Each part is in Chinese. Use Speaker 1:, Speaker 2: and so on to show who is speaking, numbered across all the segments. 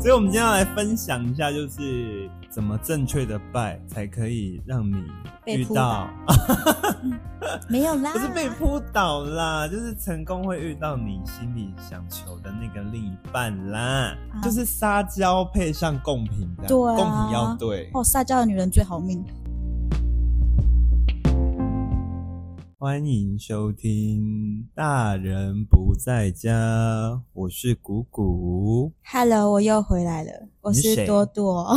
Speaker 1: 所以，我们今天要来分享一下，就是怎么正确的拜，才可以让你
Speaker 2: 被
Speaker 1: 遇
Speaker 2: 扑
Speaker 1: 到
Speaker 2: 倒，没有啦，
Speaker 1: 不是被扑倒啦， 就是成功会遇到你心里想求的那个另一半啦，
Speaker 2: 啊
Speaker 1: 就是撒娇配上贡品的，
Speaker 2: 对啊
Speaker 1: 贡品要对。
Speaker 2: 哦，撒娇的女人最好命。
Speaker 1: 欢迎收听《大人不在家》，我是谷谷。
Speaker 2: Hello，我又回来了，我
Speaker 1: 你是谁
Speaker 2: 是多多。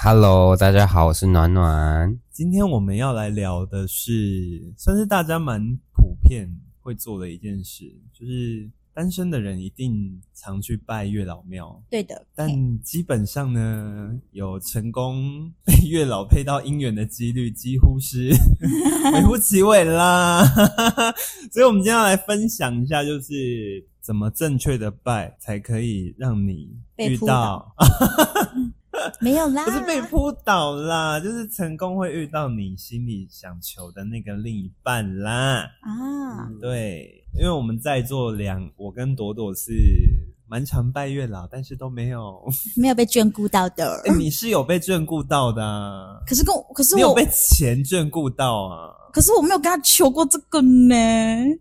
Speaker 3: Hello，大家好，我是暖暖。
Speaker 1: 今天我们要来聊的是，算是大家蛮普遍会做的一件事，就是单身的人一定常去拜月老庙，
Speaker 2: 对的，嘿
Speaker 1: 但基本上呢，有成功被月老配到姻缘的几率几乎 是微乎其微啦。 所以，我们今天要来分享一下，就是怎么正确的拜，才可以让你
Speaker 2: 被
Speaker 1: 遇
Speaker 2: 扑
Speaker 1: 到
Speaker 2: 倒，没有啦，
Speaker 1: 不是被扑倒啦，就是成功会遇到你心里想求的那个另一半啦。
Speaker 2: 啊，
Speaker 1: 对，因为我们在座两，我跟朵朵是蛮常拜月老，但是都没有。
Speaker 2: 没有被眷顾到的。
Speaker 1: 欸、你是有被眷顾到的、啊，
Speaker 2: 可是跟我，可是
Speaker 1: 你有
Speaker 2: 我
Speaker 1: 被，钱眷顾到啊！
Speaker 2: 可是我没有跟他求过这个呢，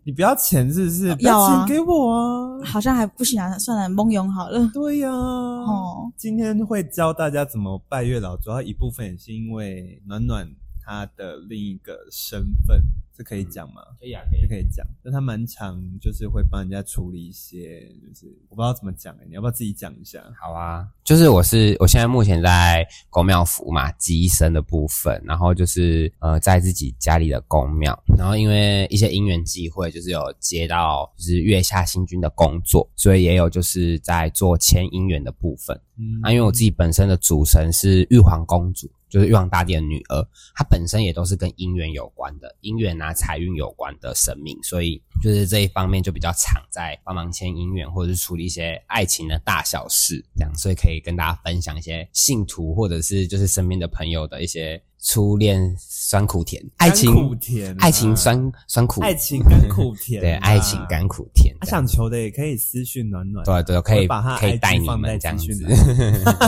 Speaker 1: 你不要钱是不是？不
Speaker 2: 要啊
Speaker 1: 钱给我啊！
Speaker 2: 好像还不行啊，算了，蒙勇好了。
Speaker 1: 对呀、
Speaker 2: 哦，
Speaker 1: 今天会教大家怎么拜月老，主要一部分也是因为暖暖她的另一个身份，这可以讲吗？
Speaker 3: 可以啊，可以
Speaker 1: 这可以讲，就她蛮常就是会帮人家处理一些，就是我不知道怎么讲、欸，你要不要自己讲一下？
Speaker 3: 好啊，就是我是我现在目前在公庙服嘛，鸡生的部分，然后就是呃在自己家里的公庙，然后因为一些因缘际会，就是有接到就是月下新君的工作，所以也有就是在做签姻缘的部分。
Speaker 1: 嗯
Speaker 3: 啊那、因为我自己本身的主神是玉皇公主，就是玉皇大帝的女儿，她本身也都是跟姻缘有关的，姻缘啊财运有关的神明，所以就是这一方面就比较常在帮忙签姻缘，或者是处理一些爱情的大小事，这样，所以可以跟大家分享一些信徒或者是就是身边的朋友的一些初恋酸苦甜，爱情
Speaker 1: 甘苦甜啊
Speaker 3: 爱情酸酸苦，
Speaker 1: 爱情甘 苦甜啊啊
Speaker 3: 对，爱情甘苦甜
Speaker 1: 她
Speaker 3: 这样，
Speaker 1: 想求的也可以私讯暖啊暖，
Speaker 3: 对啊对，可
Speaker 1: 我会
Speaker 3: 以
Speaker 1: 把她
Speaker 3: 可以
Speaker 1: IG
Speaker 3: 带你
Speaker 1: 放在
Speaker 3: 们这样
Speaker 1: 资
Speaker 3: 子
Speaker 1: 讯，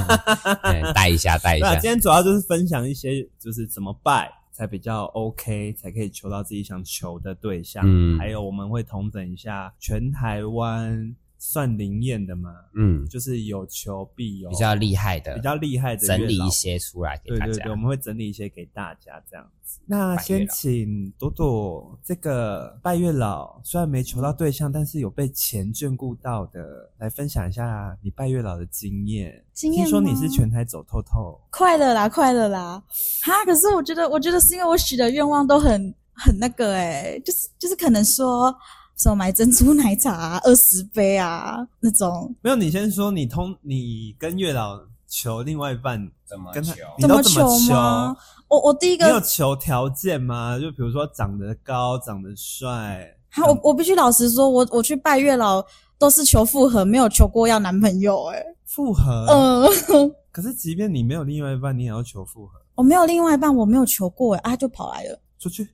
Speaker 3: 对带一下带一
Speaker 1: 对啊，
Speaker 3: 下
Speaker 1: 今。天主要就是分享一些就是怎么拜才比较 OK，才可以求到自己想求的对象。
Speaker 3: 嗯
Speaker 1: 还有我们会统整一下全台湾算灵验的嘛，
Speaker 3: 嗯，
Speaker 1: 就是有求必有，
Speaker 3: 比较厉害的，
Speaker 1: 比较厉害的
Speaker 3: 整理
Speaker 1: 月老
Speaker 3: 一。些出来给
Speaker 1: 对
Speaker 3: 大
Speaker 1: 对
Speaker 3: 家
Speaker 1: 对，。我们会整理一些给大家这样子。那
Speaker 3: 拜月
Speaker 1: 先
Speaker 3: 老
Speaker 1: 请朵朵这个拜月老，虽然没求到对象，但是有被钱眷顾到的，来分享一下你拜月老的经验。
Speaker 2: 经验
Speaker 1: 听
Speaker 2: 吗
Speaker 1: 说你是全台走透透，
Speaker 2: 快乐啦，快乐啦！哈，可是我觉得，我觉得是因为我许的愿望都很很那个诶、就是就是可能说什么买珍珠奶茶啊二、十杯啊那种，
Speaker 1: 没有，你先说，你通你跟月老求另外一半，
Speaker 3: 怎么
Speaker 1: 跟他
Speaker 3: 求
Speaker 1: 你都
Speaker 2: 怎
Speaker 1: 么
Speaker 2: 求吗？我我第一
Speaker 1: 你有
Speaker 2: 个，
Speaker 1: 求条件吗？就比如说长得高、长得帅，
Speaker 2: 哈，我我必须老实说，我我去拜月老都是求复合，没有求过要男朋友诶、
Speaker 1: 复合。
Speaker 2: 嗯、
Speaker 1: 可是即便你没有另外一半，你也要求复合。
Speaker 2: 我没有另外一半，我没有求过诶、啊，他就跑来了，
Speaker 1: 出去，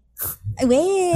Speaker 2: 哎、喂，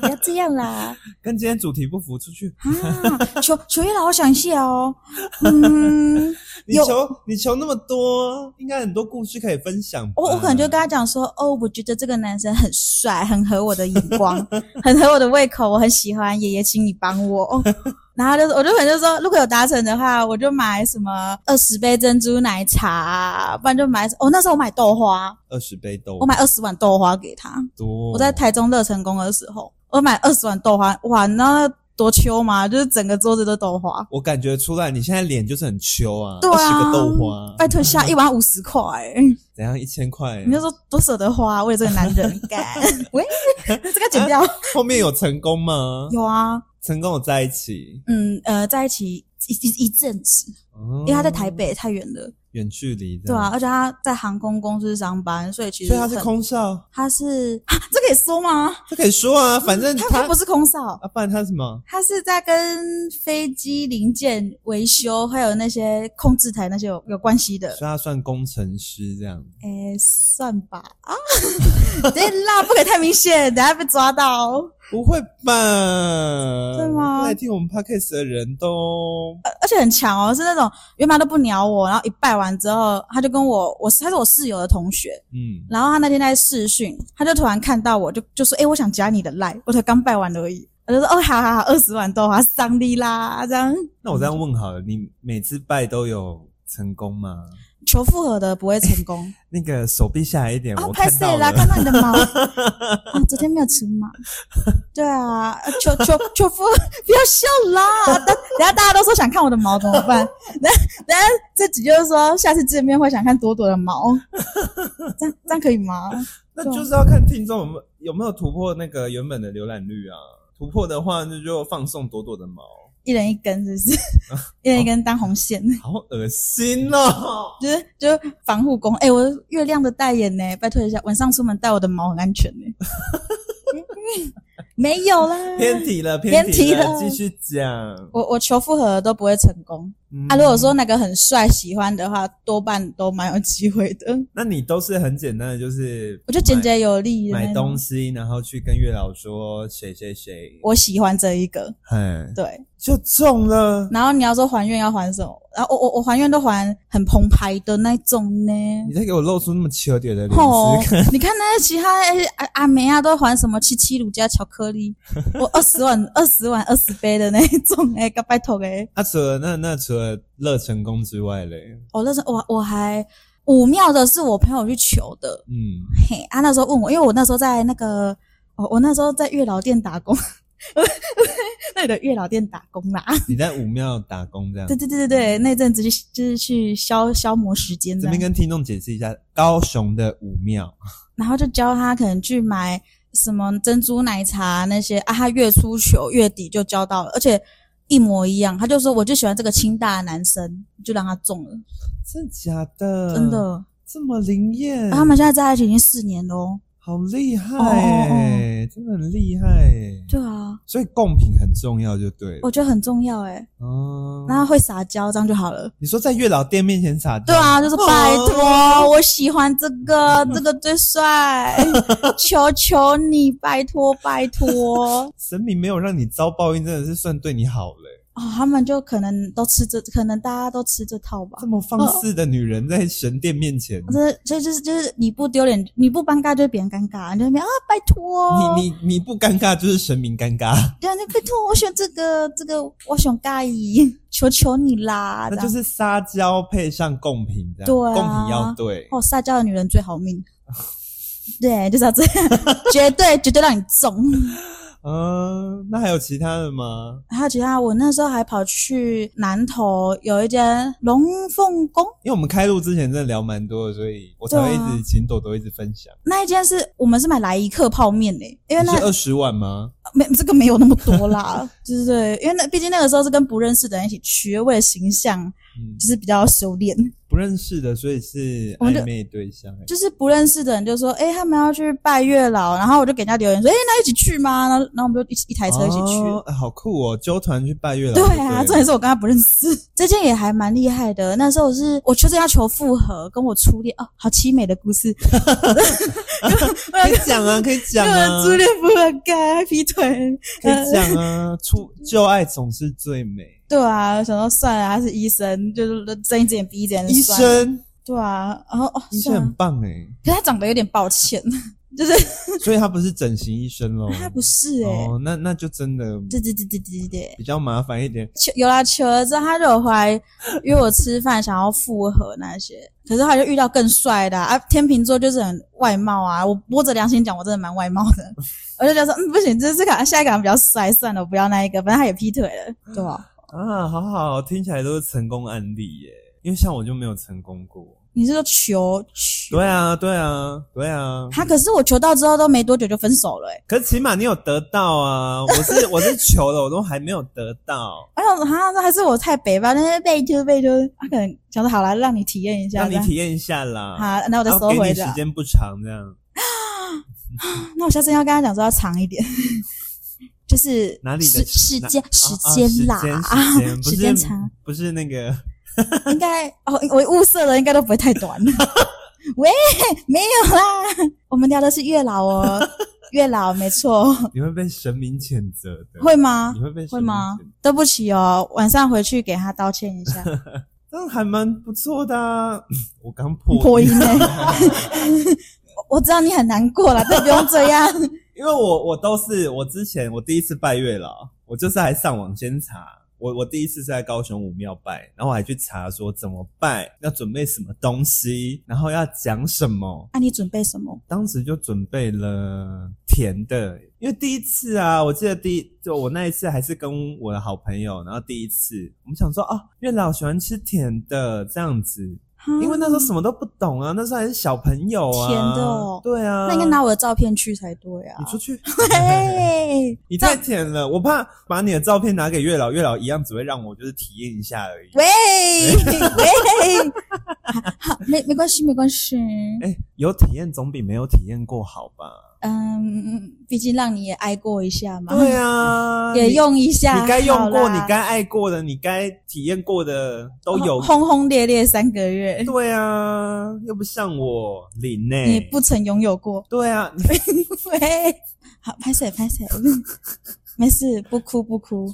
Speaker 2: 不要这样啦！
Speaker 1: 跟今天主题不符，出去。
Speaker 2: 啊，求求月老，我想一下哦，嗯。
Speaker 1: 你
Speaker 2: 有
Speaker 1: 求你求那么多，应该很多故事可以分享吧。
Speaker 2: 我我可
Speaker 1: 嗯
Speaker 2: 能就跟他讲说，哦，我觉得这个男生很帅，很合我的眼光，很合我的胃口，我很喜欢。爷爷，请你帮我。 然后他就是，我就可能就说，如果有达成的话，我就买什么二十杯珍珠奶茶，不然就买哦，那时候我买豆花，
Speaker 1: 二十杯豆，
Speaker 2: 我买二十碗豆花给他。
Speaker 1: 多。
Speaker 2: 我在台中乐成功的时候，我买二十碗豆花，哇，那多秋嘛，就是整个桌子都豆花。
Speaker 1: 我感觉出来，你现在脸就是很秋啊，
Speaker 2: 对
Speaker 1: 二
Speaker 2: 啊，
Speaker 1: 十个豆花，
Speaker 2: 拜托下一碗五十块，
Speaker 1: 怎样一千块？
Speaker 2: 你就说多舍得花，为了这个男人干，喂， 这个剪掉。
Speaker 1: 后面有成功吗？
Speaker 2: 有啊，
Speaker 1: 成功有在一起，
Speaker 2: 嗯呃，在一起一一一阵子，
Speaker 1: 因
Speaker 2: 因为他在台北太远了，
Speaker 1: 哦远距离的，
Speaker 2: 对啊，而且他在航空公司上班，所以其实
Speaker 1: 所以他是
Speaker 2: 很，
Speaker 1: 空少，
Speaker 2: 他是、 啊、这可以说吗？
Speaker 1: 他可以说啊，反正
Speaker 2: 他
Speaker 1: 他
Speaker 2: 他不是空少，
Speaker 1: 啊，不然他是什么？
Speaker 2: 他是在跟飞机零件维修还有那些控制台那些有有关系的
Speaker 1: 所以，他算工程师这样。
Speaker 2: 诶、算吧啊， 对啦，不可以太明显，等下被抓到，
Speaker 1: 不会吧？
Speaker 2: 对吗啊
Speaker 1: 来，听我们 podcast 的人都
Speaker 2: 而且很强哦，是那种原本他都不鸟我，然后一拜完之后，他就跟我，我他是我室友的同学，
Speaker 1: 嗯，
Speaker 2: 然后他那天在试训，他就突然看到我就就说，诶、我想加你的 line，我才刚拜完而已，我就说，哦，好好好，二十万豆花上力啦，这样
Speaker 1: 那我这样问好了，你每次拜都有成功吗？
Speaker 2: 求复合的不会成功。
Speaker 1: 那个手臂下来一点，
Speaker 2: 哦，
Speaker 1: 哎我
Speaker 2: 拍
Speaker 1: 看
Speaker 2: 死
Speaker 1: 到
Speaker 2: 啦！
Speaker 1: 了。
Speaker 2: 看到你的 毛啊，昨天没有吃毛。对啊，呃求求求夫，不要笑啦！ 等等下大家都说想看我的毛怎么办？ 等下等下这集就是说下次见面会想看朵朵的毛， 这样这样可以吗？
Speaker 1: 那就是要看听众有没有有没有突破那个原本的浏览率啊。突破的话，那就放送朵朵的毛，
Speaker 2: 一人一根是 不是？一人一根当红线，
Speaker 1: 好恶心 哦！
Speaker 2: 就是就是防护工。哎、我月亮的代言呢、拜托一下，晚上出门带我的毛很安全呢、 没 有啦，
Speaker 1: 偏题了，
Speaker 2: 偏
Speaker 1: 题
Speaker 2: 题
Speaker 1: 了，
Speaker 2: 了
Speaker 1: 继续讲。
Speaker 2: 我我求复合都不会成功。
Speaker 1: 嗯
Speaker 2: 啊，如果说，那个很帅喜欢的话，多半都蛮有机会的。
Speaker 1: 那你都是很简单的，就是
Speaker 2: 我就简洁有力的那
Speaker 1: 买
Speaker 2: 种
Speaker 1: 东西，然后去跟月老说谁谁谁，
Speaker 2: 我喜欢这一个，
Speaker 1: 哎，
Speaker 2: 对。
Speaker 1: 就中了。
Speaker 2: 然后你要说还愿要还什么？然后我我我还愿都还很澎湃的那种呢。
Speaker 1: 你再给我露出那么缺点的脸
Speaker 2: 吼
Speaker 1: 色，，
Speaker 2: 哦你看那些其他哎阿阿梅啊，都还什么七七乳加巧克力，我二十碗二十碗二十杯的那一种哎，个拜托哎，
Speaker 1: 啊，除了那那除了乐成功之外嘞，
Speaker 2: 我那时候我我还五妙的是我朋友去求的，
Speaker 1: 嗯，
Speaker 2: 嘿，啊，那时候问我，因为我那时候在那个，哦，我那时候在月老店打工， 那里的月老店打工啦。
Speaker 1: 你在武庙打工这样
Speaker 2: 对。对对对对，那阵子就就是去消消磨时间
Speaker 1: 这
Speaker 2: 这
Speaker 1: 边
Speaker 2: 样，
Speaker 1: 跟听众解释一下，高雄的武庙，
Speaker 2: 然后就教他可能去买什么珍珠奶茶那些啊，他月初求月底就教到了，而且一模一样。他就说我就喜欢这个清大的男生，就让他中了，
Speaker 1: 真的假的？
Speaker 2: 真的。
Speaker 1: 这么灵验？
Speaker 2: 啊他们现在在一起已经四年喽。
Speaker 1: 好厉害、
Speaker 2: 哦
Speaker 1: 欸，真的很厉害、欸。
Speaker 2: 对啊，
Speaker 1: 所以贡品很重要，就对了
Speaker 2: 我。觉得很重要诶、
Speaker 1: 哦，
Speaker 2: 然后会撒娇这样就好了。
Speaker 1: 你说在月老店面前撒娇，
Speaker 2: 对啊，就是
Speaker 1: 哦
Speaker 2: 拜托，我喜欢这个，这个最帅，求求你，拜托拜托。
Speaker 1: 神明没有让你遭报应，真的是算对你好了欸、
Speaker 2: 哦，他们就可能都吃这，可能大家都吃这套吧
Speaker 1: 这。么放
Speaker 2: 哦
Speaker 1: 肆的女人在神殿面前，
Speaker 2: 这这就是就是你不丢脸，你不尴尬就是别人尴尬，你就在那边啊，拜托，
Speaker 1: 你你你不尴尬就是神明尴尬，
Speaker 2: 对啊，你拜托，我选这个这个，我选尬意，求求你 啦，
Speaker 1: 那
Speaker 2: 这
Speaker 1: 就
Speaker 2: 样
Speaker 1: 是撒娇配上贡品，这样
Speaker 2: 对啊
Speaker 1: 贡品要对。
Speaker 2: 哦，撒娇的女人最好命，对，就是要这样， 绝对绝对让你中。
Speaker 1: 嗯，那还有其他的吗？
Speaker 2: 还有其他，我那时候还跑去南投有一间龙凤宫，
Speaker 1: 因为我们开录之前真的聊蛮多的，所以我才会
Speaker 2: 对
Speaker 1: 一
Speaker 2: 啊
Speaker 1: 直请朵朵一直分享。
Speaker 2: 那一间是我们是买来一克泡面嘞、因为
Speaker 1: 你
Speaker 2: 那
Speaker 1: 是二十万吗？
Speaker 2: 没这个没有那么多啦， 就是对，因为那毕竟那个时候是跟不认识的人一起去，为了形象
Speaker 1: 嗯，
Speaker 2: 就是比较收敛，
Speaker 1: 不认识的，所以是
Speaker 2: 我们就
Speaker 1: 暧昧对象。欸
Speaker 2: 就是不认识的人就说，哎、他们要去拜月老，然后我就给人家留言说，哎、那一起去吗？然后然后我们就一起一台车一起去。
Speaker 1: 哦哎好酷哦！纠团去拜月老，
Speaker 2: 对啊，
Speaker 1: 不
Speaker 2: 重点是我跟他不认识，这件也还蛮厉害的。那时候我是我就是要求复合，跟我初恋哦，好凄美的故事，
Speaker 1: 可以讲啊，可以讲啊，
Speaker 2: 初恋不合该劈腿。
Speaker 1: 可以讲啊，初旧爱总是最美。
Speaker 2: 对啊，想说算了，他是医生，就是睁一只眼闭一只眼。
Speaker 1: 医
Speaker 2: 算了，
Speaker 1: 生，
Speaker 2: 对啊，然后哦，
Speaker 1: 医生
Speaker 2: 算了
Speaker 1: 很棒哎，
Speaker 2: 可是他长得有点抱歉，就是
Speaker 1: 所以他不是整形医生喽？
Speaker 2: 他不是哎、
Speaker 1: 哦，那那就真的
Speaker 2: 对对对对对对对，
Speaker 1: 比较麻烦一点。
Speaker 2: 求有啦，求了之后他就有回来约我吃饭，想要复合那些，可是他就遇到更帅的啊！啊天秤座就是很外貌啊，我摸着良心讲，我真的蛮外貌的，我就觉得说，嗯，不行，这是感下一个好像比较帅，算了，我不要那一个，反正他也劈腿了，对啊？
Speaker 1: 啊，好好，听起来都是成功案例耶。因为像我就没有成功过。
Speaker 2: 你是说求求？
Speaker 1: 对啊，对啊，对啊。
Speaker 2: 他可是我求到之后都没多久就分手了、欸，
Speaker 1: 可是起码你有得到啊！我 是我是求了，我都还没有得到，
Speaker 2: 哎呀，哈，那还是我太北吧，那些背托背托，他、可能想说好啦，让你体验一下，
Speaker 1: 让你
Speaker 2: 这样
Speaker 1: 体验一下啦。
Speaker 2: 好，那我再
Speaker 1: 然
Speaker 2: 收
Speaker 1: 后给
Speaker 2: 回
Speaker 1: 你
Speaker 2: 的
Speaker 1: 时，间不长，这样
Speaker 2: 那我下次要跟他讲说要长一点， 就是
Speaker 1: 哪里的
Speaker 2: 时时
Speaker 1: 哪
Speaker 2: 间时
Speaker 1: 啊啊
Speaker 2: 间啦啊
Speaker 1: 时间
Speaker 2: 时
Speaker 1: 时间
Speaker 2: 间
Speaker 1: 不是
Speaker 2: 长，
Speaker 1: 不是那 个
Speaker 2: 应该哦，我物色的应该都不 会太短了。喂，没有啦，我们聊的是月老哦，月老没错，
Speaker 1: 你会被神明谴责的，
Speaker 2: 会吗
Speaker 1: 你？会被神
Speaker 2: 会
Speaker 1: 明
Speaker 2: 吗
Speaker 1: 谴责？
Speaker 2: 对不起哦，晚上回去给他道歉 一下。
Speaker 1: 这样还蛮不错的、啊。 我刚破
Speaker 2: 破音欸 我知道你很难过了，但不用 这样。
Speaker 1: 因为我我都是我之前我第一次拜月老，我就是还上网先查，我我第一次是在高雄武庙拜，然后我还去查说怎么拜，要准备什么东西，然后要讲什么。
Speaker 2: 啊那、你准备什么？
Speaker 1: 当时就准备了甜的，因为第一次啊，我记得第一就我那一次还是跟我的好朋友，然后第一次我们想说啊，月老喜欢吃甜的这样子，因为那时候什么都不懂啊，那时候还是小朋友啊，
Speaker 2: 甜的哦
Speaker 1: 对啊，
Speaker 2: 那应该拿我的照片去才对啊
Speaker 1: 你。出 去。
Speaker 2: 嘿，
Speaker 1: 你太甜了，我怕把你的照片拿给月老，月老一样只会让我就是体验一下而已。
Speaker 2: 喂喂，好，好没没关系，没关系。
Speaker 1: 哎、有体验总比没有体验过好吧？
Speaker 2: 嗯，毕竟让你也挨过一下嘛，
Speaker 1: 对啊，
Speaker 2: 也
Speaker 1: 你
Speaker 2: 用一下好啦。
Speaker 1: 你该用过，你该爱过的，你该体验过的都有。
Speaker 2: 轰轰烈烈三个月，
Speaker 1: 对啊，又不像我零呢、
Speaker 2: 哎你不曾拥有过。
Speaker 1: 对啊， 你
Speaker 2: 喂，好，拍谁拍谁，没事，不哭不哭。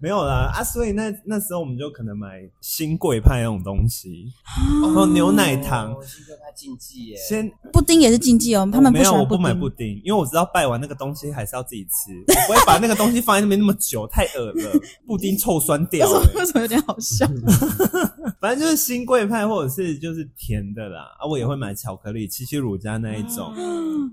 Speaker 1: 没有啦啊，所以那那时候我们就可能买新贵派那种东西，然后牛奶糖。
Speaker 3: 哦，新歌派禁忌耶
Speaker 1: 先
Speaker 2: 啊布丁也是禁忌哦，他们
Speaker 1: 没
Speaker 2: 不喜
Speaker 1: 有，我
Speaker 2: 欢
Speaker 1: 不
Speaker 2: 布
Speaker 1: 买布
Speaker 2: 丁。
Speaker 1: 丁，因为我知道拜完那个东西还是要自己吃， 我不会把那个东西放在那边那么久，太恶了，布丁臭酸掉了、
Speaker 2: 为什么有点好笑？
Speaker 1: 反正就是新贵派或者是就是甜的啦，啊，我也会买巧克力、七七乳加那一种。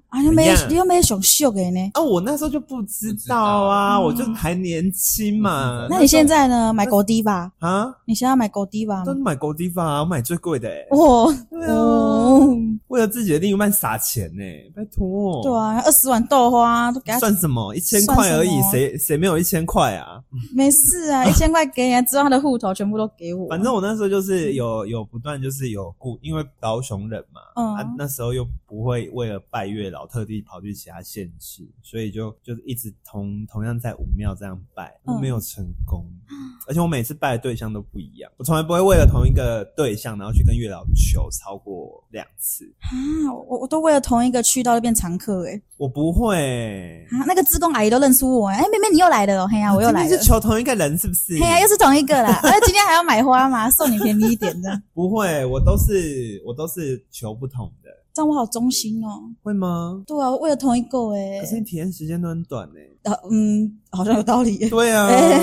Speaker 2: 啊，你没
Speaker 1: 怎样
Speaker 2: 你又没想秀给呢？
Speaker 1: 啊，我那时候就不知道啊，我
Speaker 2: 不知道
Speaker 1: 就还年轻嘛。
Speaker 2: 嗯那你现在呢？买狗迪吧，
Speaker 1: 啊，
Speaker 2: 你现在买狗迪吧
Speaker 1: 都。是买狗地方啊，我买最贵的、欸，
Speaker 2: 哦，
Speaker 1: 对啊，
Speaker 2: 哦，
Speaker 1: 为了自己的另一半撒钱呢、拜托。
Speaker 2: 对。啊，二十碗豆花都给他，
Speaker 1: 哦算什么？一千
Speaker 2: 算
Speaker 1: 块
Speaker 2: 什
Speaker 1: 而已，
Speaker 2: 么
Speaker 1: 谁谁没有一千块啊？
Speaker 2: 没事啊，一千块给你，之后他的户头全部都给我。
Speaker 1: 反正我那时候就是有有不断就是有顾，因为高雄人嘛，啊
Speaker 2: 嗯，
Speaker 1: 那时候又不会为了拜月老特地跑去其他县市，所以就就是一直同同样在武庙这样拜，
Speaker 2: 嗯
Speaker 1: 没有成功，而且我每次拜的对象都不一样，我从来不会为了同一个对象然后去跟月老求超过两次，
Speaker 2: 啊，我我都为了同一个去到那边常客哎，
Speaker 1: 我不会，
Speaker 2: 啊，那个志工阿姨都认出我哎，妹妹你又来了哦，嘿呀，我又
Speaker 1: 今
Speaker 2: 来
Speaker 1: 天是
Speaker 2: 了。
Speaker 1: 求同一个人是不是
Speaker 2: 嘿？呀，又是同一个啦！ 而今天还要买花嘛，送你便宜一点的，
Speaker 1: 不会，我都是我都是求不同的，
Speaker 2: 这样我好忠心哦。
Speaker 1: 会吗？
Speaker 2: 对啊，为了同一个哎、
Speaker 1: 可是你体验时间都很短欸呢、
Speaker 2: 啊，嗯，好像有道理 耶。
Speaker 1: 对啊
Speaker 2: 哎，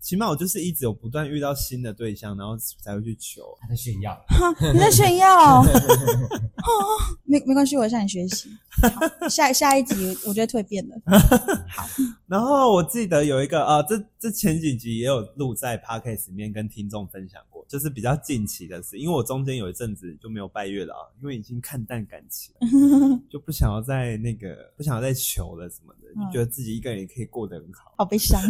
Speaker 1: 起码我就是一直有不断遇到新的对象，然后才会去求。
Speaker 3: 他在炫耀，
Speaker 2: 哈你在炫 耀？哦，没没关系，我向你学习。好下下一集我就会蜕变了。
Speaker 1: 然后我记得有一个啊，这这前几集也有录在 podcast 里面跟听众分享过，就是比较近期的事，因为我中间有一阵子就没有拜月老，因为已经看淡感情了，就不想要再那个不想要再求了什么的，
Speaker 2: 嗯
Speaker 1: 就觉得自己一个人也可以过得很好。
Speaker 2: 好悲伤。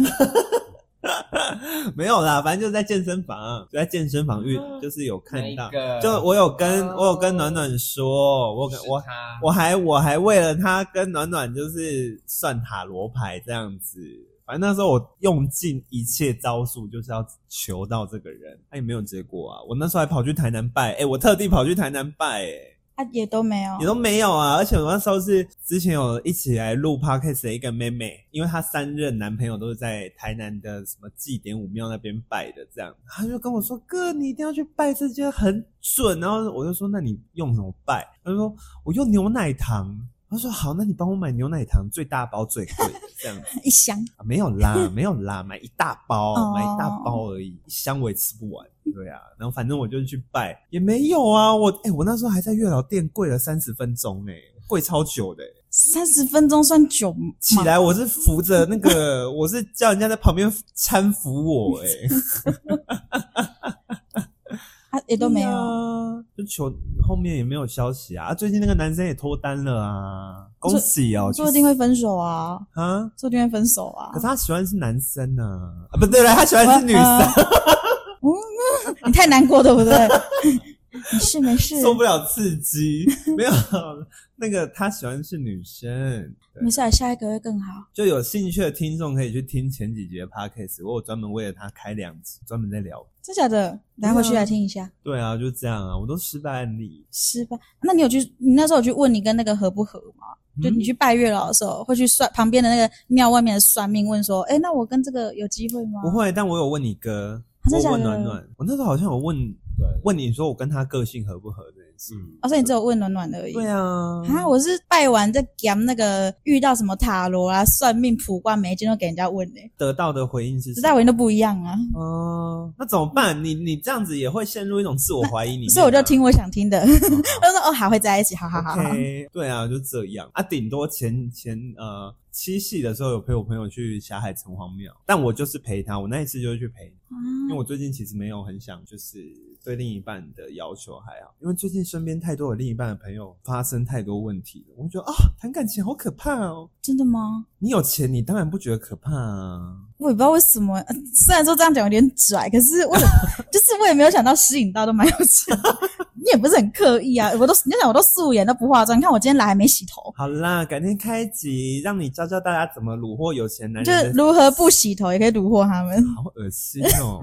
Speaker 1: 没有啦，反正就是在健身房，啊就在健身房遇，就是有看到
Speaker 3: 哪一，个
Speaker 1: 就我有跟、
Speaker 3: 哦
Speaker 1: 我有跟暖暖说，我有跟我
Speaker 3: 是他
Speaker 1: 我还我还为了他跟暖暖就是算塔罗牌这样子，反正那时候我用尽一切招数就是要求到这个人，那、也没有结果啊。我那时候还跑去台南拜，哎、我特地跑去台南拜、诶
Speaker 2: 啊，也都没有
Speaker 1: 哎，也。都没有啊。而且我那时候是之前有一起来录 podcast 的一个妹妹，因为她三任男朋友都是在台南的什么祭典武庙那边拜的，这样，她就跟我说：“哥，你一定要去拜这间很准。”然后我就说：“那你用什么拜？”她就说：“我用牛奶糖。”他说：“好，那你帮我买牛奶糖最大包最贵的这样子
Speaker 2: 一箱
Speaker 1: 啊，没有啦，没有啦，买一大包，
Speaker 2: 哦
Speaker 1: 买一大包而已，一箱我也吃不完。对啊，然后反正我就去拜，也没有啊。我哎、我那时候还在月老店跪了三十分钟哎、跪超久的、欸。
Speaker 2: 三十分钟算久吗？
Speaker 1: 起来我是扶着那个，我是叫人家在旁边搀扶 我哎、
Speaker 2: 啊，也都没
Speaker 1: 对
Speaker 2: 有。
Speaker 1: 啊，就求后面也没有消息啊。啊最近那个男生也脱单了啊，恭喜哦！
Speaker 2: 说不定会分手啊，
Speaker 1: 啊。
Speaker 2: 说不定会分手啊
Speaker 1: 可。是他喜欢的是男生呢、啊，不对了，他喜欢的是女生，
Speaker 2: 生。呃嗯 你太难过对不对？ 没事没事，
Speaker 1: 受不了刺 激。没有，那个他喜欢的是女生，对
Speaker 2: 没事啊，下一个会更好。
Speaker 1: 就有兴趣的听众可以去听前几集的 podcast，我有专门为了他开两集，专门在聊。
Speaker 2: 真假
Speaker 1: 啊
Speaker 2: 的？来回去来听一下。
Speaker 1: 对啊，就这样啊，我都失败案例。
Speaker 2: 失败？那你有去？你那时候有去问你跟那个合不合吗？
Speaker 1: 嗯
Speaker 2: 就你去拜月老的时候，会去算旁边的那个庙外面的算命，问说：“哎、那我跟这个有机会吗
Speaker 1: 不会，但我有问你哥，
Speaker 2: 啊真的
Speaker 1: 我问
Speaker 2: 假的
Speaker 1: 暖暖，我那时候好像有问问你说我跟他个性合不合这件事。
Speaker 3: 嗯？”，
Speaker 2: 哦，所以你只有问暖暖而已。
Speaker 1: 对啊，
Speaker 2: 啊，我是拜完再给那个遇到什么塔罗啊、算命、卜卦，每一件都给人家问呢、欸，
Speaker 1: 得到的回应是
Speaker 2: 时
Speaker 1: 什
Speaker 2: 代
Speaker 1: 么？
Speaker 2: 文都不一样啊，
Speaker 1: 哦，那怎么办？你你这样子也会陷入一种自我怀疑里面啊、
Speaker 2: 所以我就听我想听的，
Speaker 3: 嗯
Speaker 2: 我就说哦好，会在一起，好好好好。
Speaker 1: OK，对啊，就这样啊。顶多前前呃七夕的时候有陪我朋友去霞海城隍庙，但我就是陪他，我那一次就是去陪
Speaker 2: 嗯啊
Speaker 1: 他，因为我最近其实没有很想就是对另一半的要求还好，因为最近身边太多有另一半的朋友发生太多问题了，我就觉得啊，谈感情好可怕哦。
Speaker 2: 真的吗？
Speaker 1: 你有钱，你当然不觉得可怕啊。
Speaker 2: 我也不知道为什么，呃虽然说这样讲有点拽，可是我也 就是我也没有想到吸引到都蛮有钱的， 你也不是很刻意啊。我都你就想我都素颜都不化妆，你看我今天来还没洗头，
Speaker 1: 好啦，改天开集让你教教大家怎么虏获有钱男
Speaker 2: 就
Speaker 1: 人
Speaker 2: 是
Speaker 1: 的，
Speaker 2: 如何不洗头也可以虏获他们，
Speaker 1: 好恶心哦。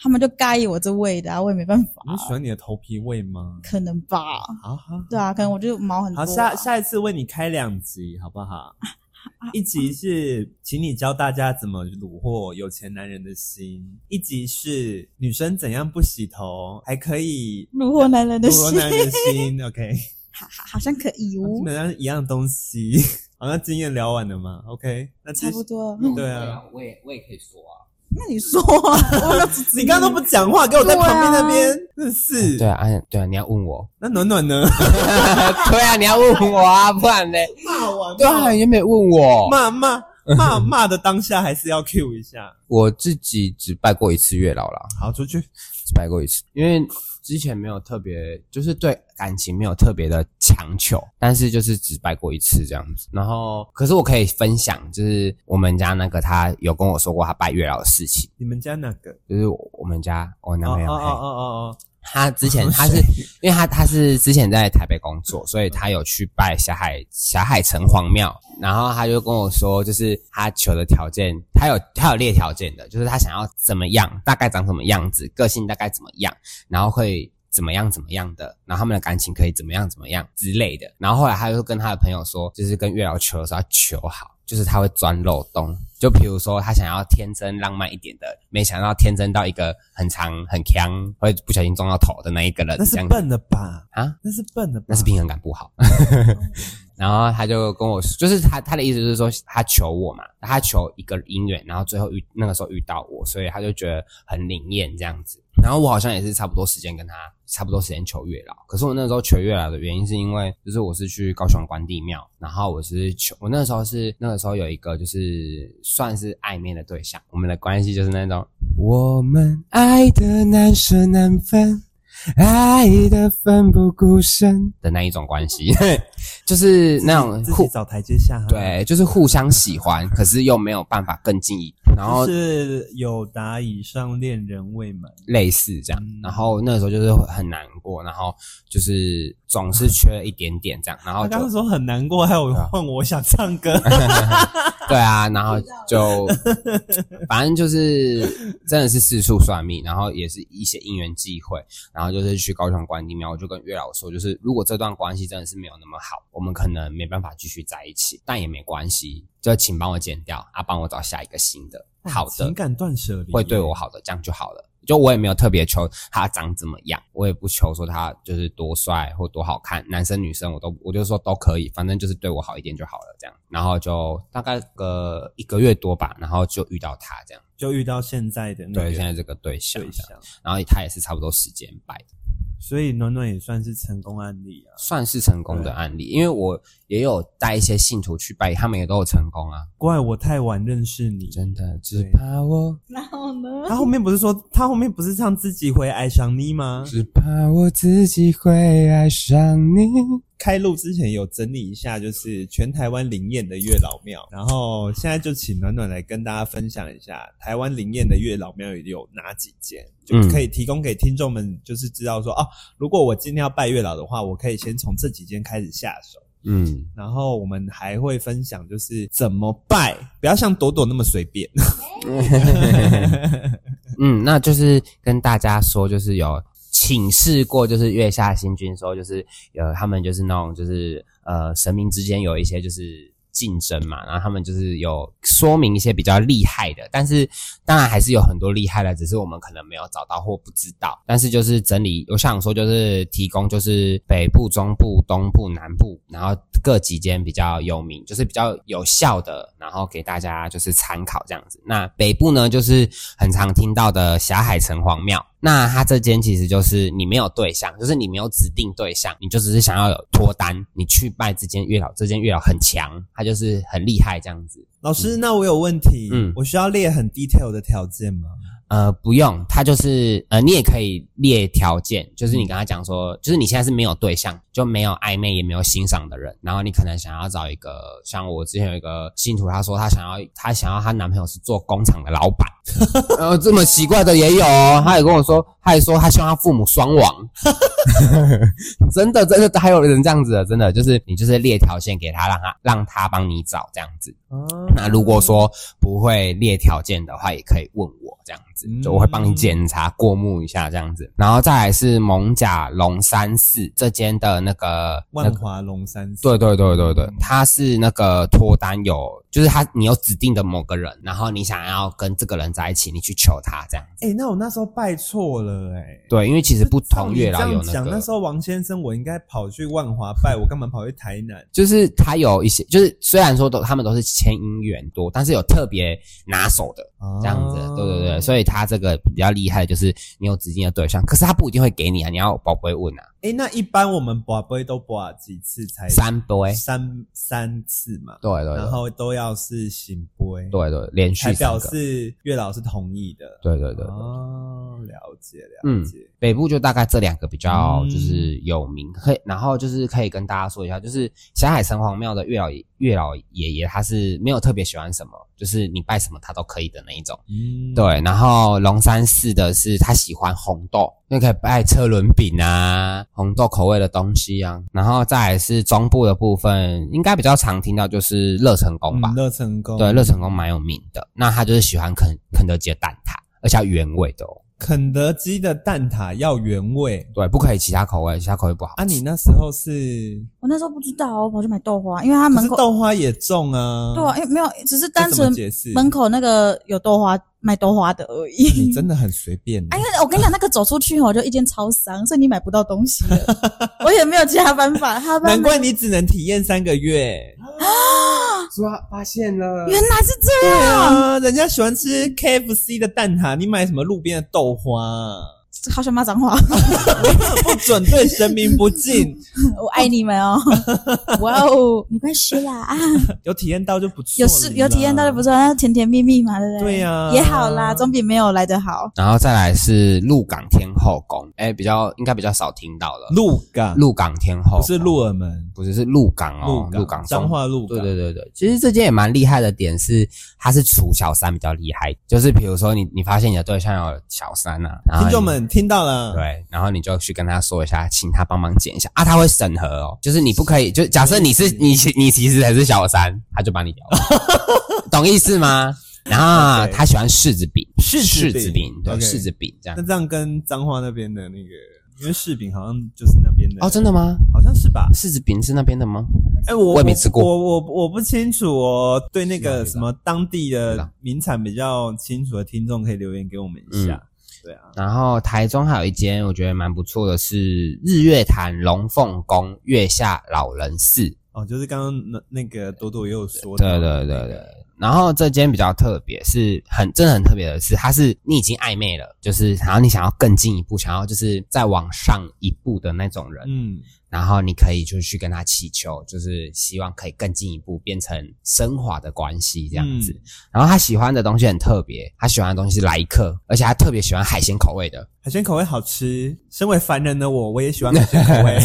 Speaker 2: 他们就介意我这味的啊，我也没办法
Speaker 1: 你，喜欢你的头皮味吗？
Speaker 2: 可能吧。
Speaker 1: 好好。
Speaker 2: 对啊，可能我就毛很多啊、啊
Speaker 1: 好，下下一次为你开两集，好不好？一集是请你教大家怎么虏获有钱男人的心，一集是女生怎样不洗头还可以
Speaker 2: 虏获男人的
Speaker 1: 虏获
Speaker 2: 心，
Speaker 1: 男人的心。OK， 啊
Speaker 2: 好好好像可以
Speaker 1: 基
Speaker 2: 哦，
Speaker 1: 本上一样东西。 好，那经验聊完了吗？OK，那
Speaker 2: 差
Speaker 1: 这
Speaker 2: 不多。嗯
Speaker 1: 对啊，
Speaker 3: 嗯我也我也可以说啊，
Speaker 2: 那你说啊，我都只
Speaker 1: 你刚刚都不讲话，给我在旁边那边，真的是。
Speaker 3: 对啊，啊对啊，你要问我，
Speaker 1: 那暖暖呢？
Speaker 3: 对啊，你要问我啊，不然呢？
Speaker 1: 骂完
Speaker 3: 对啊，你又没有问我，
Speaker 1: 骂骂骂 骂的当下还是要 Q 一下。
Speaker 3: 我自己只拜过一次月老啦，
Speaker 1: 好，出去。
Speaker 3: 只拜过一次，因为之前没有特别，就是对感情没有特别的强求，但是就是只拜过一次这样子。然后，可是我可以分享，就是我们家那个他有跟我说过他拜月老的事情，
Speaker 1: 你们家哪个？
Speaker 3: 就是我们家我男
Speaker 1: 哦哦
Speaker 3: 朋友。
Speaker 1: 哦
Speaker 3: 嘿
Speaker 1: 哦哦哦，
Speaker 3: 他之前他是呃因为他他是之前在台北工作，所以他有去拜霞海霞海城隍庙，然后他就跟我说，就是他求的条件，他有他有列条件的，就是他想要怎么样，大概长什么样子，个性大概怎么样，然后会。怎么样怎么样的，然后他们的感情可以怎么样怎么样之类的。然后后来他就跟他的朋友说，就是跟月老求的时候要求好，就是他会钻漏洞。就比如说他想要天真浪漫一点的，没想到天真到一个很长很强，会不小心撞到头的那一个人，
Speaker 1: 那
Speaker 3: 这
Speaker 1: 是
Speaker 3: 样子
Speaker 1: 笨了吧？
Speaker 3: 啊，
Speaker 1: 那是笨了吧？
Speaker 3: 那是平衡感不好。 然后他就跟我说，就是他他的意思就是说，他求我嘛，他求一个姻缘，然后最后遇那个时候遇到我，所以他就觉得很灵验这样子。然后我好像也是差不多时间跟他差不多时间求月老，可是我那时候求月老的原因是因为，就是我是去高雄关帝庙，然后我是求我那时候是那个时候有一个就是算是暧昧的对象，我们的关系就是那种我们爱的难舍难分。爱的奋不顾身的那一种关系， 就是那种
Speaker 1: 自己
Speaker 3: 互
Speaker 1: 找台阶下、啊。，
Speaker 3: 对，就是互相喜欢，可是又没有办法更进一步，然后
Speaker 1: 就是有达以上恋人未满，
Speaker 3: 类似这样
Speaker 1: 嗯，
Speaker 3: 然后那时候就是会很难过，然后就是总是缺了一点点这样，然后
Speaker 1: 他
Speaker 3: 就
Speaker 1: 啊刚刚说很难过，还有换我想唱歌，
Speaker 3: 对啊，然后就反正就是真的是四处算命，然后也是一些因缘际会，然后就是去高雄关帝庙，我就跟月老说，就是如果这段关系真的是没有那么好，我们可能没办法继续在一起，但也没关系，就请帮我剪掉，啊，帮我找下一个新的 好的
Speaker 1: 情。感断舍离
Speaker 3: 会对我。好的，这样就好了。就我也没有特别求他长怎么样，我也不求说他就是多帅或多好看，男生女生我都我就说都可以，反正就是对我好一点就好了，这样。然后就大概个一个月多吧，然后就遇到他这样，
Speaker 1: 就遇到现在的那
Speaker 3: 对
Speaker 1: 个
Speaker 3: 现在这个对象
Speaker 1: 对
Speaker 3: 这样，
Speaker 1: 象，
Speaker 3: 然后他也是差不多时间拜的，
Speaker 1: 所以暖暖也算是成功案例啊。
Speaker 3: 算是成功的案例，因为我也有带一些信徒去拜，他们也都有成功啊，
Speaker 1: 怪我太晚认识你，
Speaker 3: 真的，只
Speaker 1: 对
Speaker 3: 怕我
Speaker 2: 然后呢？
Speaker 1: 他后面不是说他后面不是唱自己会爱上你吗？
Speaker 3: 只怕我自己会爱上你。
Speaker 1: 开录之前有整理一下，就是全台湾灵验的月老庙，然后现在就请暖暖来跟大家分享一下台湾灵验的月老庙有哪几间，就
Speaker 3: 嗯
Speaker 1: 可以提供给听众们，就是知道说哦，如果我今天要拜月老的话，我可以先从这几间开始下手。
Speaker 3: 嗯，
Speaker 1: 然后我们还会分享，就是怎么拜，不要像朵朵那么随便。
Speaker 3: 嗯，那就是跟大家说，就是有请示过，就是月下新君说，就是有他们就是那种就是呃神明之间有一些就是竞争嘛，然后他们就是有说明一些比较厉害的，但是当然还是有很多厉害的，只是我们可能没有找到或不知道。但是就是整理，我想说就是提供就是北部、中部、东部、南部，然后各几间比较有名，就是比较有效的，然后给大家就是参考这样子。那北部呢，就是很常听到的霞海城隍庙。那它这间其实就是你没有对象，就是你没有指定对象，你就只是想要有脱单，你去拜这间月老，这间月老很强，他就是很厉害这样子。
Speaker 1: 老师，那我有问题，
Speaker 3: 嗯
Speaker 1: 我需要列很 detail 的条件吗？
Speaker 3: 呃，不用，他就是呃，你也可以列条件，就是你跟他讲说，就是你现在是没有对象，就没有暧昧，也没有欣赏的人，然后你可能想要找一个，像我之前有一个信徒，她说她想要，她想要她男朋友是做工厂的老板， 呃，这么奇怪的也有哦，她也跟我说，她还说她希望她父母双亡， 真的真的还有人这样子的，真的就是你就是列条件给他，让他让他帮你找这样子，
Speaker 1: 啊，
Speaker 3: 那如果说不会列条件的话，也可以问我这样子
Speaker 1: 嗯，
Speaker 3: 就我会帮你检查过目一下这样子。然后再来是蒙甲龙山寺这间的那个那
Speaker 1: 万
Speaker 3: 个。
Speaker 1: 华龙山寺，
Speaker 3: 对对对对对
Speaker 1: 嗯，
Speaker 3: 它是那个脱单有，就是他你有指定的某个人，然后你想要跟这个人在一起，你去求他这样。
Speaker 1: 哎、那我那时候拜错了、哎。
Speaker 3: 对，因为其实不
Speaker 1: 照
Speaker 3: 同
Speaker 1: 你这
Speaker 3: 月老
Speaker 1: 样
Speaker 3: 有那
Speaker 1: 讲，那
Speaker 3: 个
Speaker 1: 时，候王先生我应该跑去万华拜，我干嘛跑去台南？
Speaker 3: 就是他有一些，就是虽然说都他们都是千姻缘多，但是有特别拿手的，哦这样子，对对对，
Speaker 1: 以
Speaker 3: 所以他这个比较厉害，就是你有指定的对象，可是他不一定会给你啊，你要宝贝问啊，
Speaker 1: 哎、那一般我们卜杯都卜几次才
Speaker 3: 三杯，
Speaker 1: 三三次嘛，
Speaker 3: 对对
Speaker 1: 然
Speaker 3: 对，
Speaker 1: 后都要是醒杯，，
Speaker 3: 对对，连
Speaker 1: 才
Speaker 3: 续三
Speaker 1: 表
Speaker 3: 个，
Speaker 1: 示月老是同意的。
Speaker 3: 对对对，
Speaker 1: 哦，了解了
Speaker 3: 嗯
Speaker 1: 解。
Speaker 3: 北部就大概这两个比较
Speaker 1: 嗯
Speaker 3: 就是有名，可以，然后就是可以跟大家说一下，就是霞海城隍庙的月老月老爷爷他是没有特别喜欢什么，就是你拜什么他都可以的那一种。
Speaker 1: 嗯，
Speaker 3: 对，然后龙山寺的是他喜欢红豆，那可以拜车轮饼啊，红豆口味的东西啊。然后再来是中部的部分，应该比较常听到就是乐成宫吧
Speaker 1: 嗯，，乐成功，
Speaker 3: 对，乐成宫蛮有名的。那他就是喜欢肯肯德基的蛋挞，而且要原味的哦，
Speaker 1: 肯德基的蛋挞要原味
Speaker 3: 对，不可以其他口味，其他口味不好吃。
Speaker 1: 啊！你那时候是，
Speaker 2: 我那时候不知道哦，我跑去买豆花，因为他
Speaker 1: 可
Speaker 2: 门
Speaker 1: 是
Speaker 2: 口
Speaker 1: 豆花也中啊，
Speaker 2: 对啊，因为没有，只是单
Speaker 1: 这怎么
Speaker 2: 纯
Speaker 1: 解释
Speaker 2: 门口那个有豆花卖豆花的而已。
Speaker 1: 你真的很随便。 欸
Speaker 2: 哎呀，我跟你讲，那个走出去吼，哦就一间超商，所以你买不到东西的。 我也没有其他办法，他办
Speaker 1: 难怪你只能体验三个月。
Speaker 3: 抓发现了
Speaker 2: 原来是这
Speaker 1: 对
Speaker 2: 样，
Speaker 1: 啊，人家喜欢吃 KFC 的蛋挞，你买什么路边的豆花？
Speaker 2: 好想骂脏话，
Speaker 1: 不准对神明不敬，
Speaker 2: 我爱你 们哦！哇哦，没关系啦啊，
Speaker 1: 有体验到就不错。
Speaker 2: 有事有体验到就不
Speaker 1: 错。
Speaker 2: 错，那甜甜蜜蜜嘛，对不对？
Speaker 1: 对呀
Speaker 2: 也好啦，总比没有来得好。
Speaker 3: 然后再来是鹿港天后宫，哎，比较应该比较少听到了。
Speaker 1: 鹿港
Speaker 3: 鹿港天后
Speaker 1: 不是
Speaker 3: 宫
Speaker 1: 鹿耳门，
Speaker 3: 不是是鹿港哦，
Speaker 1: 鹿
Speaker 3: 港
Speaker 1: 彰
Speaker 3: 中
Speaker 1: 化鹿港。
Speaker 3: 对对对对，其实这件也蛮厉害的点是，它是除小三比较厉害，就是比如说你你发现你的对象有小三啊，然后
Speaker 1: 听
Speaker 3: 你
Speaker 1: 众。们听到了，
Speaker 3: 对，然后你就去跟他说一下，请他帮忙剪一下啊，他会审核哦，就是你不可以，就假设你
Speaker 1: 嗯
Speaker 3: 是你其你其实才是小三，他就把你掉了，懂意思吗？然后啊
Speaker 1: OK
Speaker 3: 他喜欢柿子饼，柿
Speaker 1: 子饼
Speaker 3: 柿子饼，对，
Speaker 1: OK
Speaker 3: 柿子饼这样
Speaker 1: 那。这样跟彰化那边的那个，因为柿饼好像就是那边的
Speaker 3: 哦，真的吗？
Speaker 1: 好像是吧？
Speaker 3: 柿子饼是那边的吗？
Speaker 1: 哎、我
Speaker 3: 我也没吃过
Speaker 1: 我我我不清楚哦。对那个
Speaker 3: 是啊
Speaker 1: 什么当地
Speaker 3: 是
Speaker 1: 的
Speaker 3: 啊
Speaker 1: 名产比较清楚的听众，可以留言给我们一
Speaker 3: 嗯
Speaker 1: 下。对啊，
Speaker 3: 然后台中还有一间我觉得蛮不错的是日月潭龙凤宫月下老人寺，
Speaker 1: 哦，就是刚刚那那个朵朵也有说到
Speaker 3: 对对对对。然后这间比较特别，是很真的很特别的是，它是你已经暧昧了，就是然后你想要更进一步，想要就是再往上一步的那种人，
Speaker 1: 嗯，
Speaker 3: 然后你可以就去跟他祈求，就是希望可以更进一步变成升华的关系这样子。
Speaker 1: 嗯
Speaker 3: 然后他喜欢的东西很特别，他喜欢的东西是来客，而且他特别喜欢海鲜口味的。
Speaker 1: 海鲜口味好吃。身为凡人的我，我也喜欢海鲜口 味。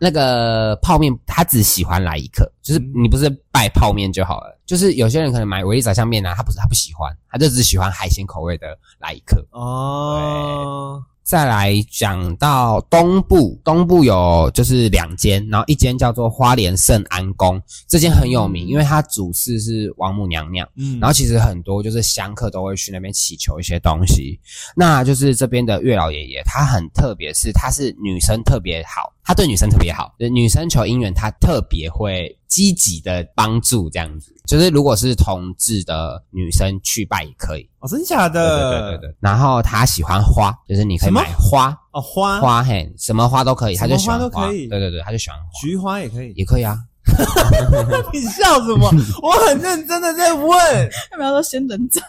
Speaker 3: 那个泡面，他只喜欢来一克，就是你不是拜泡面就好了。就是有些人可能买维力炸酱面啊，他不是他不喜欢，他就只喜欢海鲜口味的来一克。
Speaker 1: 哦，
Speaker 3: 再来讲到东部，东部有就是两间，然后一间叫做花莲圣安宫，这间很有名，因为它主祀是王母娘娘。
Speaker 1: 嗯
Speaker 3: 然后其实很多就是香客都会去那边祈求一些东西。那就是这边的月老爷爷，他很特别是，他是女生特别好，他对女生特别好，就是女生求姻缘，他特别会积极的帮助这样子。就是如果是同志的女生去拜也可以，
Speaker 1: 哦，真假
Speaker 3: 对
Speaker 1: 的？
Speaker 3: 对对对对。然后他喜欢花，就是你可以
Speaker 1: 呃什么
Speaker 3: 买花
Speaker 1: 哦，花
Speaker 3: 花嘿，什么花都可以，他就喜欢
Speaker 1: 什么花都可以
Speaker 3: 对对对，他就喜欢花，
Speaker 1: 菊花也可以。
Speaker 3: 也可以啊。
Speaker 1: 你笑什 么？我很认真的在问。
Speaker 2: 要不要说仙人掌？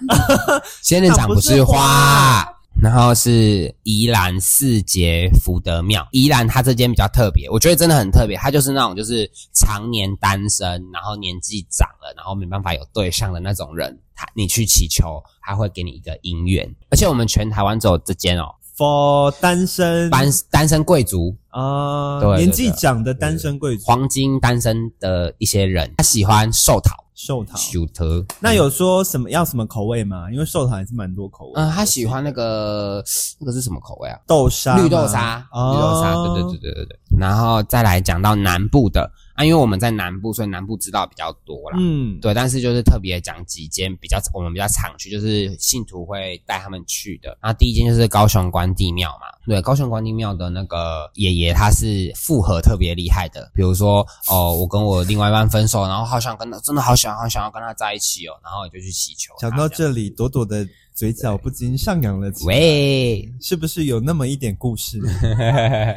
Speaker 3: 仙人掌不是
Speaker 1: 啊
Speaker 3: 花，然后是宜兰四节福德庙。宜兰它这间比较特别，我觉得真的很特别，它就是那种就是常年单身，然后年纪长了，然后没办法有对象的那种人，他你去祈求，他会给你一个姻缘。而且我们全台湾只有这间哦，
Speaker 1: for 单身
Speaker 3: 单单身贵族、
Speaker 1: 啊、
Speaker 3: 对对
Speaker 1: 年纪长的单身贵族
Speaker 3: 黄金单身的一些人，他喜欢寿桃、
Speaker 1: 寿桃。
Speaker 3: 修桃。
Speaker 1: 那有说什么要什么口味吗？因为寿桃还是蛮多口味的。
Speaker 3: 嗯，他喜欢那个那个是什么口味啊？
Speaker 1: 豆沙吗，
Speaker 3: 绿豆沙，
Speaker 1: 哦、
Speaker 3: 绿豆沙，对对对对对对。然后再来讲到南部的啊，因为我们在南部，所以南部知道比较多啦。
Speaker 1: 嗯，
Speaker 3: 对，但是就是特别讲几间比较我们比较常去，就是信徒会带他们去的。然后第一间就是高雄关帝庙嘛，对，高雄关帝庙的那个爷爷他是复合特别厉害的，比如说哦，我跟我另外一半分手，然后好想跟他，真的好想好想要跟他在一起哦，然后你就去祈求他。
Speaker 1: 讲到
Speaker 3: 这样，
Speaker 1: 这里，朵朵的嘴角不禁上扬了起来，
Speaker 3: 喂，
Speaker 1: 是不是有那么一点故 事？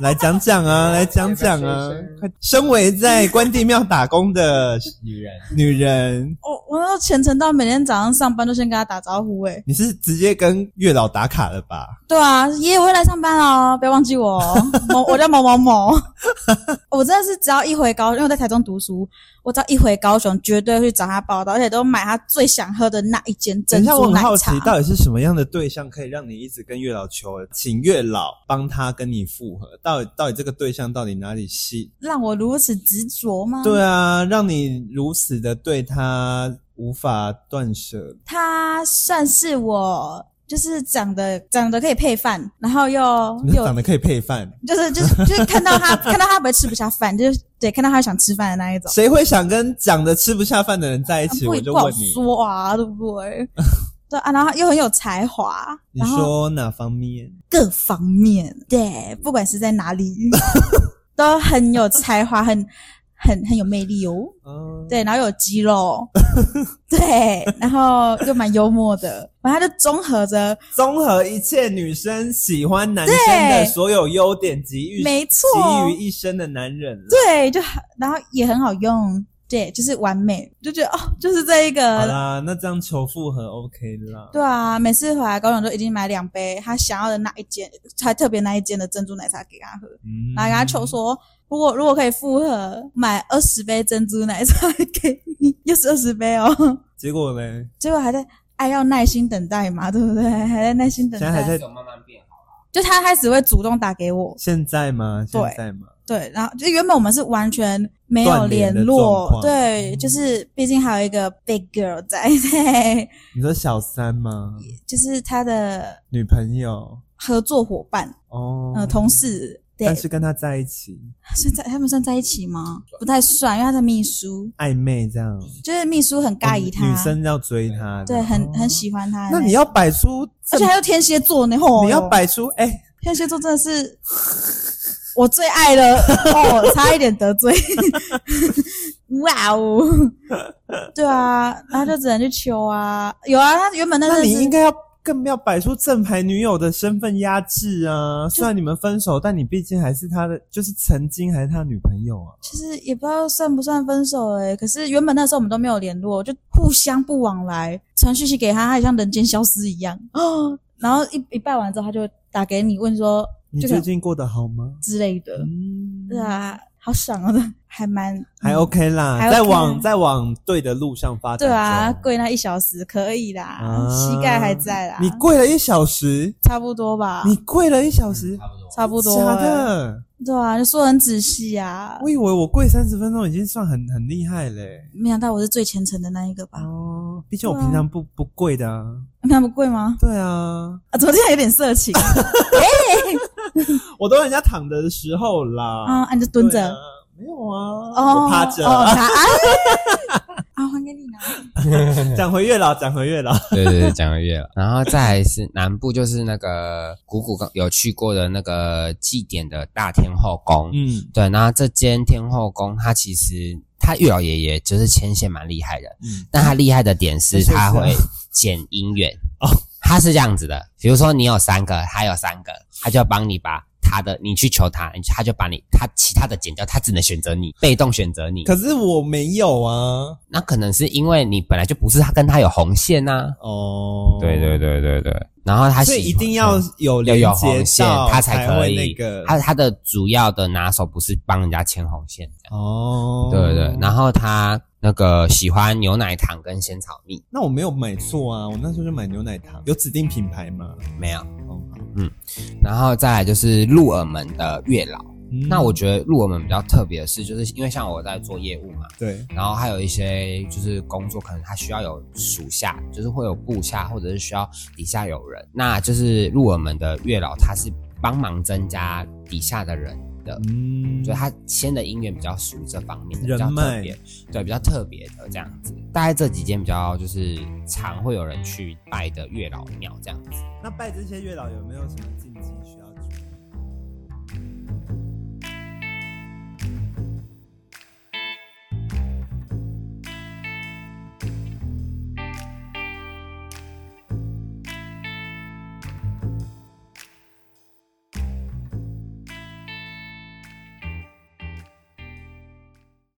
Speaker 1: 来讲讲
Speaker 3: 哎
Speaker 1: 啊，来讲讲啊！快，身为在关帝庙打工的
Speaker 3: 女人。
Speaker 1: 女人，
Speaker 2: 我我那时候全程到每天早上上班都先跟他打招呼、欸，
Speaker 1: 你是直接跟月老打卡了吧？
Speaker 2: 对啊，爷爷我会来上班哦，不要忘记 我哦，某我叫某某某。 我真的是只要一回高，因为我在台中读书，我只要一回高雄，绝对会去找他报道，而且都买他最想喝的哎那一间
Speaker 1: 等
Speaker 2: 珍
Speaker 1: 一下，我
Speaker 2: 珠
Speaker 1: 很
Speaker 2: 奶
Speaker 1: 好奇
Speaker 2: 茶，。
Speaker 1: 到底是什么样的对象可以让你一直跟月老求，请月老帮他跟你复合？到底到底这个对象到底哪里吸？
Speaker 2: 让我如此执着吗？
Speaker 1: 对啊，让你如此的对他无法断舍。
Speaker 2: 他算是我。就是长得长得可以配饭，然后又
Speaker 1: 你
Speaker 2: 又
Speaker 1: 长得可以配饭，
Speaker 2: 就是就是就是看到他看到他不会吃不下饭，就是对看到他想吃饭的那一种，
Speaker 1: 谁会想跟长得吃不下饭的人在一起？
Speaker 2: 不
Speaker 1: 我
Speaker 2: 不
Speaker 1: 就
Speaker 2: 好
Speaker 1: 问你，
Speaker 2: 说啊，对不 对？对啊，然后又很有才华，
Speaker 1: 你
Speaker 2: 然后
Speaker 1: 说哪方面？
Speaker 2: 各方面，对，不管是在哪里， 都很有才华，很很很有魅力哦。
Speaker 1: 嗯，
Speaker 2: 对，然后有 肌肉，对，然后又蛮幽默的，然后他就综合着，
Speaker 1: 综合一切女生喜欢男生的
Speaker 2: 对
Speaker 1: 所有优点，集于
Speaker 2: 没错
Speaker 1: 集于一身的男人了。
Speaker 2: 对，就很然后也很好用，对，就是完美，就觉得哦，就是这一
Speaker 1: 好
Speaker 2: 个，
Speaker 1: 啦，那这样求复合 OK 啦。
Speaker 2: 对啊，每次回来高雄就已经买两杯他想要的那一间，还特别那一间的珍珠奶茶给他喝，
Speaker 1: 嗯
Speaker 2: 然后给他求说，如果如果可以复合，买二十杯珍珠奶茶给你，又是二十杯哦。
Speaker 1: 结果嘞，
Speaker 2: 结果还在爱要耐心等待嘛，对不对？ 还在耐心等待，
Speaker 1: 现在还在
Speaker 3: 有慢慢变好。
Speaker 2: 就他开始会主动打给我，
Speaker 1: 现在吗？现
Speaker 2: 对
Speaker 1: 在吗？
Speaker 2: 对，然后就原本我们是完全没有联
Speaker 1: 断联的状
Speaker 2: 络
Speaker 1: 况，
Speaker 2: 对，
Speaker 1: 嗯
Speaker 2: 就是毕竟还有一个 big girl 在， 对，
Speaker 1: 你说小三吗？
Speaker 2: 就是他的
Speaker 1: 女朋友
Speaker 2: 合作伙伴，
Speaker 1: 哦，
Speaker 2: 呃，同，事，对
Speaker 1: 但，是跟他在一起
Speaker 2: 算在他们算在一起吗？不太算，因为他的秘书，
Speaker 1: 暧昧这样，
Speaker 2: 就是秘书很尬意
Speaker 1: 哦
Speaker 2: 他，
Speaker 1: 女生要追他，
Speaker 2: 对，很
Speaker 1: 哦
Speaker 2: 很。喜欢哦他，
Speaker 1: 那你要，摆出
Speaker 2: 而
Speaker 1: 正，
Speaker 2: 且还有天蝎座呢，吼，
Speaker 1: 你要摆出哎，
Speaker 2: 天蝎座真的是我最爱的哦，差一点得罪。 哇哦，对啊，然后就只能去求啊。有啊，他原本那
Speaker 1: 那
Speaker 2: 阵
Speaker 1: 你
Speaker 2: 子
Speaker 1: 应该要更要摆出正牌女友的身份压制啊！虽然你们分手，但你毕竟还是他的，就是曾经还是他女朋友啊。
Speaker 2: 其实也不知道算不算分手诶、可是原本那时候我们都没有联络，就互相不往来，传讯息给他，他也像人间消失一样 哦。然后一一拜完之后，他就打给你问说
Speaker 1: 你
Speaker 2: 就可
Speaker 1: 最
Speaker 2: 能
Speaker 1: 近过得好吗？
Speaker 2: 之类的，
Speaker 1: 嗯，
Speaker 2: 对啊，好爽哦，还蛮
Speaker 1: 还 OK 啦，
Speaker 2: 还
Speaker 1: 在
Speaker 2: OK
Speaker 1: 往
Speaker 2: 啦
Speaker 1: 在往对的路上发展。
Speaker 2: 对啊，，跪那一小时可以啦，
Speaker 1: 啊
Speaker 2: 膝盖还在啦，
Speaker 1: 你跪了一小时，
Speaker 2: 差不多吧，
Speaker 1: 你跪了一小时，
Speaker 3: 差不多。
Speaker 2: 嗯差
Speaker 1: 假，
Speaker 2: 不多、
Speaker 1: 的？
Speaker 2: 对啊，就说得很仔细啊
Speaker 1: 我。以为我跪三十分钟已经算很很厉害嘞、
Speaker 2: 没想到我是最虔诚的那一个吧？
Speaker 1: 哦，哦，毕竟我
Speaker 2: 啊
Speaker 1: 平常不不贵的啊。
Speaker 2: 那么贵吗？
Speaker 1: 对啊，
Speaker 2: 啊，怎么听起来有点 色情
Speaker 1: 我都人家躺着的时候啦。
Speaker 2: 啊？啊，你就蹲
Speaker 1: 对
Speaker 2: 着
Speaker 1: 啊。没有啊，
Speaker 2: 哦，
Speaker 1: 我趴着
Speaker 2: 哦，
Speaker 1: 啊。
Speaker 2: 趴 哎啊，还给你拿。哦
Speaker 1: 讲回月老，讲回月老。
Speaker 3: 对对对，讲个月了。然后再来是南部，就是那个谷谷刚有去过的那个祭典的大天后宫。
Speaker 1: 嗯
Speaker 3: 对，那这间天后宫，它其实它月老爷爷就是牵线蛮厉害的，
Speaker 1: 嗯，
Speaker 3: 但他厉害的点是他
Speaker 1: 那确
Speaker 3: 会
Speaker 1: 实
Speaker 3: 剪姻缘
Speaker 1: 嗯哦
Speaker 3: 哦，他是这样子的，比如说你有三个，他有三个，他就帮你把他的，你去求他，他就把你他其他的剪掉，他只能选择你，被动选择你。
Speaker 1: 可是我没有啊。
Speaker 3: 那可能是因为你本来就不是他跟他有红线啊呐、
Speaker 1: 哦，
Speaker 3: 对对对对对，然后他
Speaker 1: 所以
Speaker 3: 喜
Speaker 1: 一
Speaker 3: 欢
Speaker 1: 定要
Speaker 3: 嗯
Speaker 1: 有
Speaker 3: 要
Speaker 1: 连
Speaker 3: 有
Speaker 1: 接
Speaker 3: 红线，
Speaker 1: 到，
Speaker 3: 他
Speaker 1: 才
Speaker 3: 可
Speaker 1: 会
Speaker 3: 以。
Speaker 1: 那个。
Speaker 3: 他他的主要的拿手不是帮人家牵红线，
Speaker 1: 哦，
Speaker 3: 对对。然后他那个喜欢牛奶糖跟仙草蜜，
Speaker 1: 那我没有买错啊，我那时候就买牛奶糖，有指定品牌吗？
Speaker 3: 没有。
Speaker 1: 哦，
Speaker 3: 然后再来就是鹿耳门的月老。
Speaker 1: 嗯
Speaker 3: 那我觉得鹿耳门比较特别的是，就是因为像我在做业务嘛，
Speaker 1: 嗯对，
Speaker 3: 然后还有一些就是工作，可能他需要有属下，就是会有部下，或者是需要底下有人。那就是鹿耳门的月老，他是帮忙增加底下的人的。
Speaker 1: 嗯，
Speaker 3: 所以他签的姻缘比较属于这方面的，比较
Speaker 1: 人脉
Speaker 3: 特别，对，比较特别的这样子。大概这几间比较就是常会有人去拜的月老庙这样子。
Speaker 1: 那拜这些月老有没有什么禁忌需要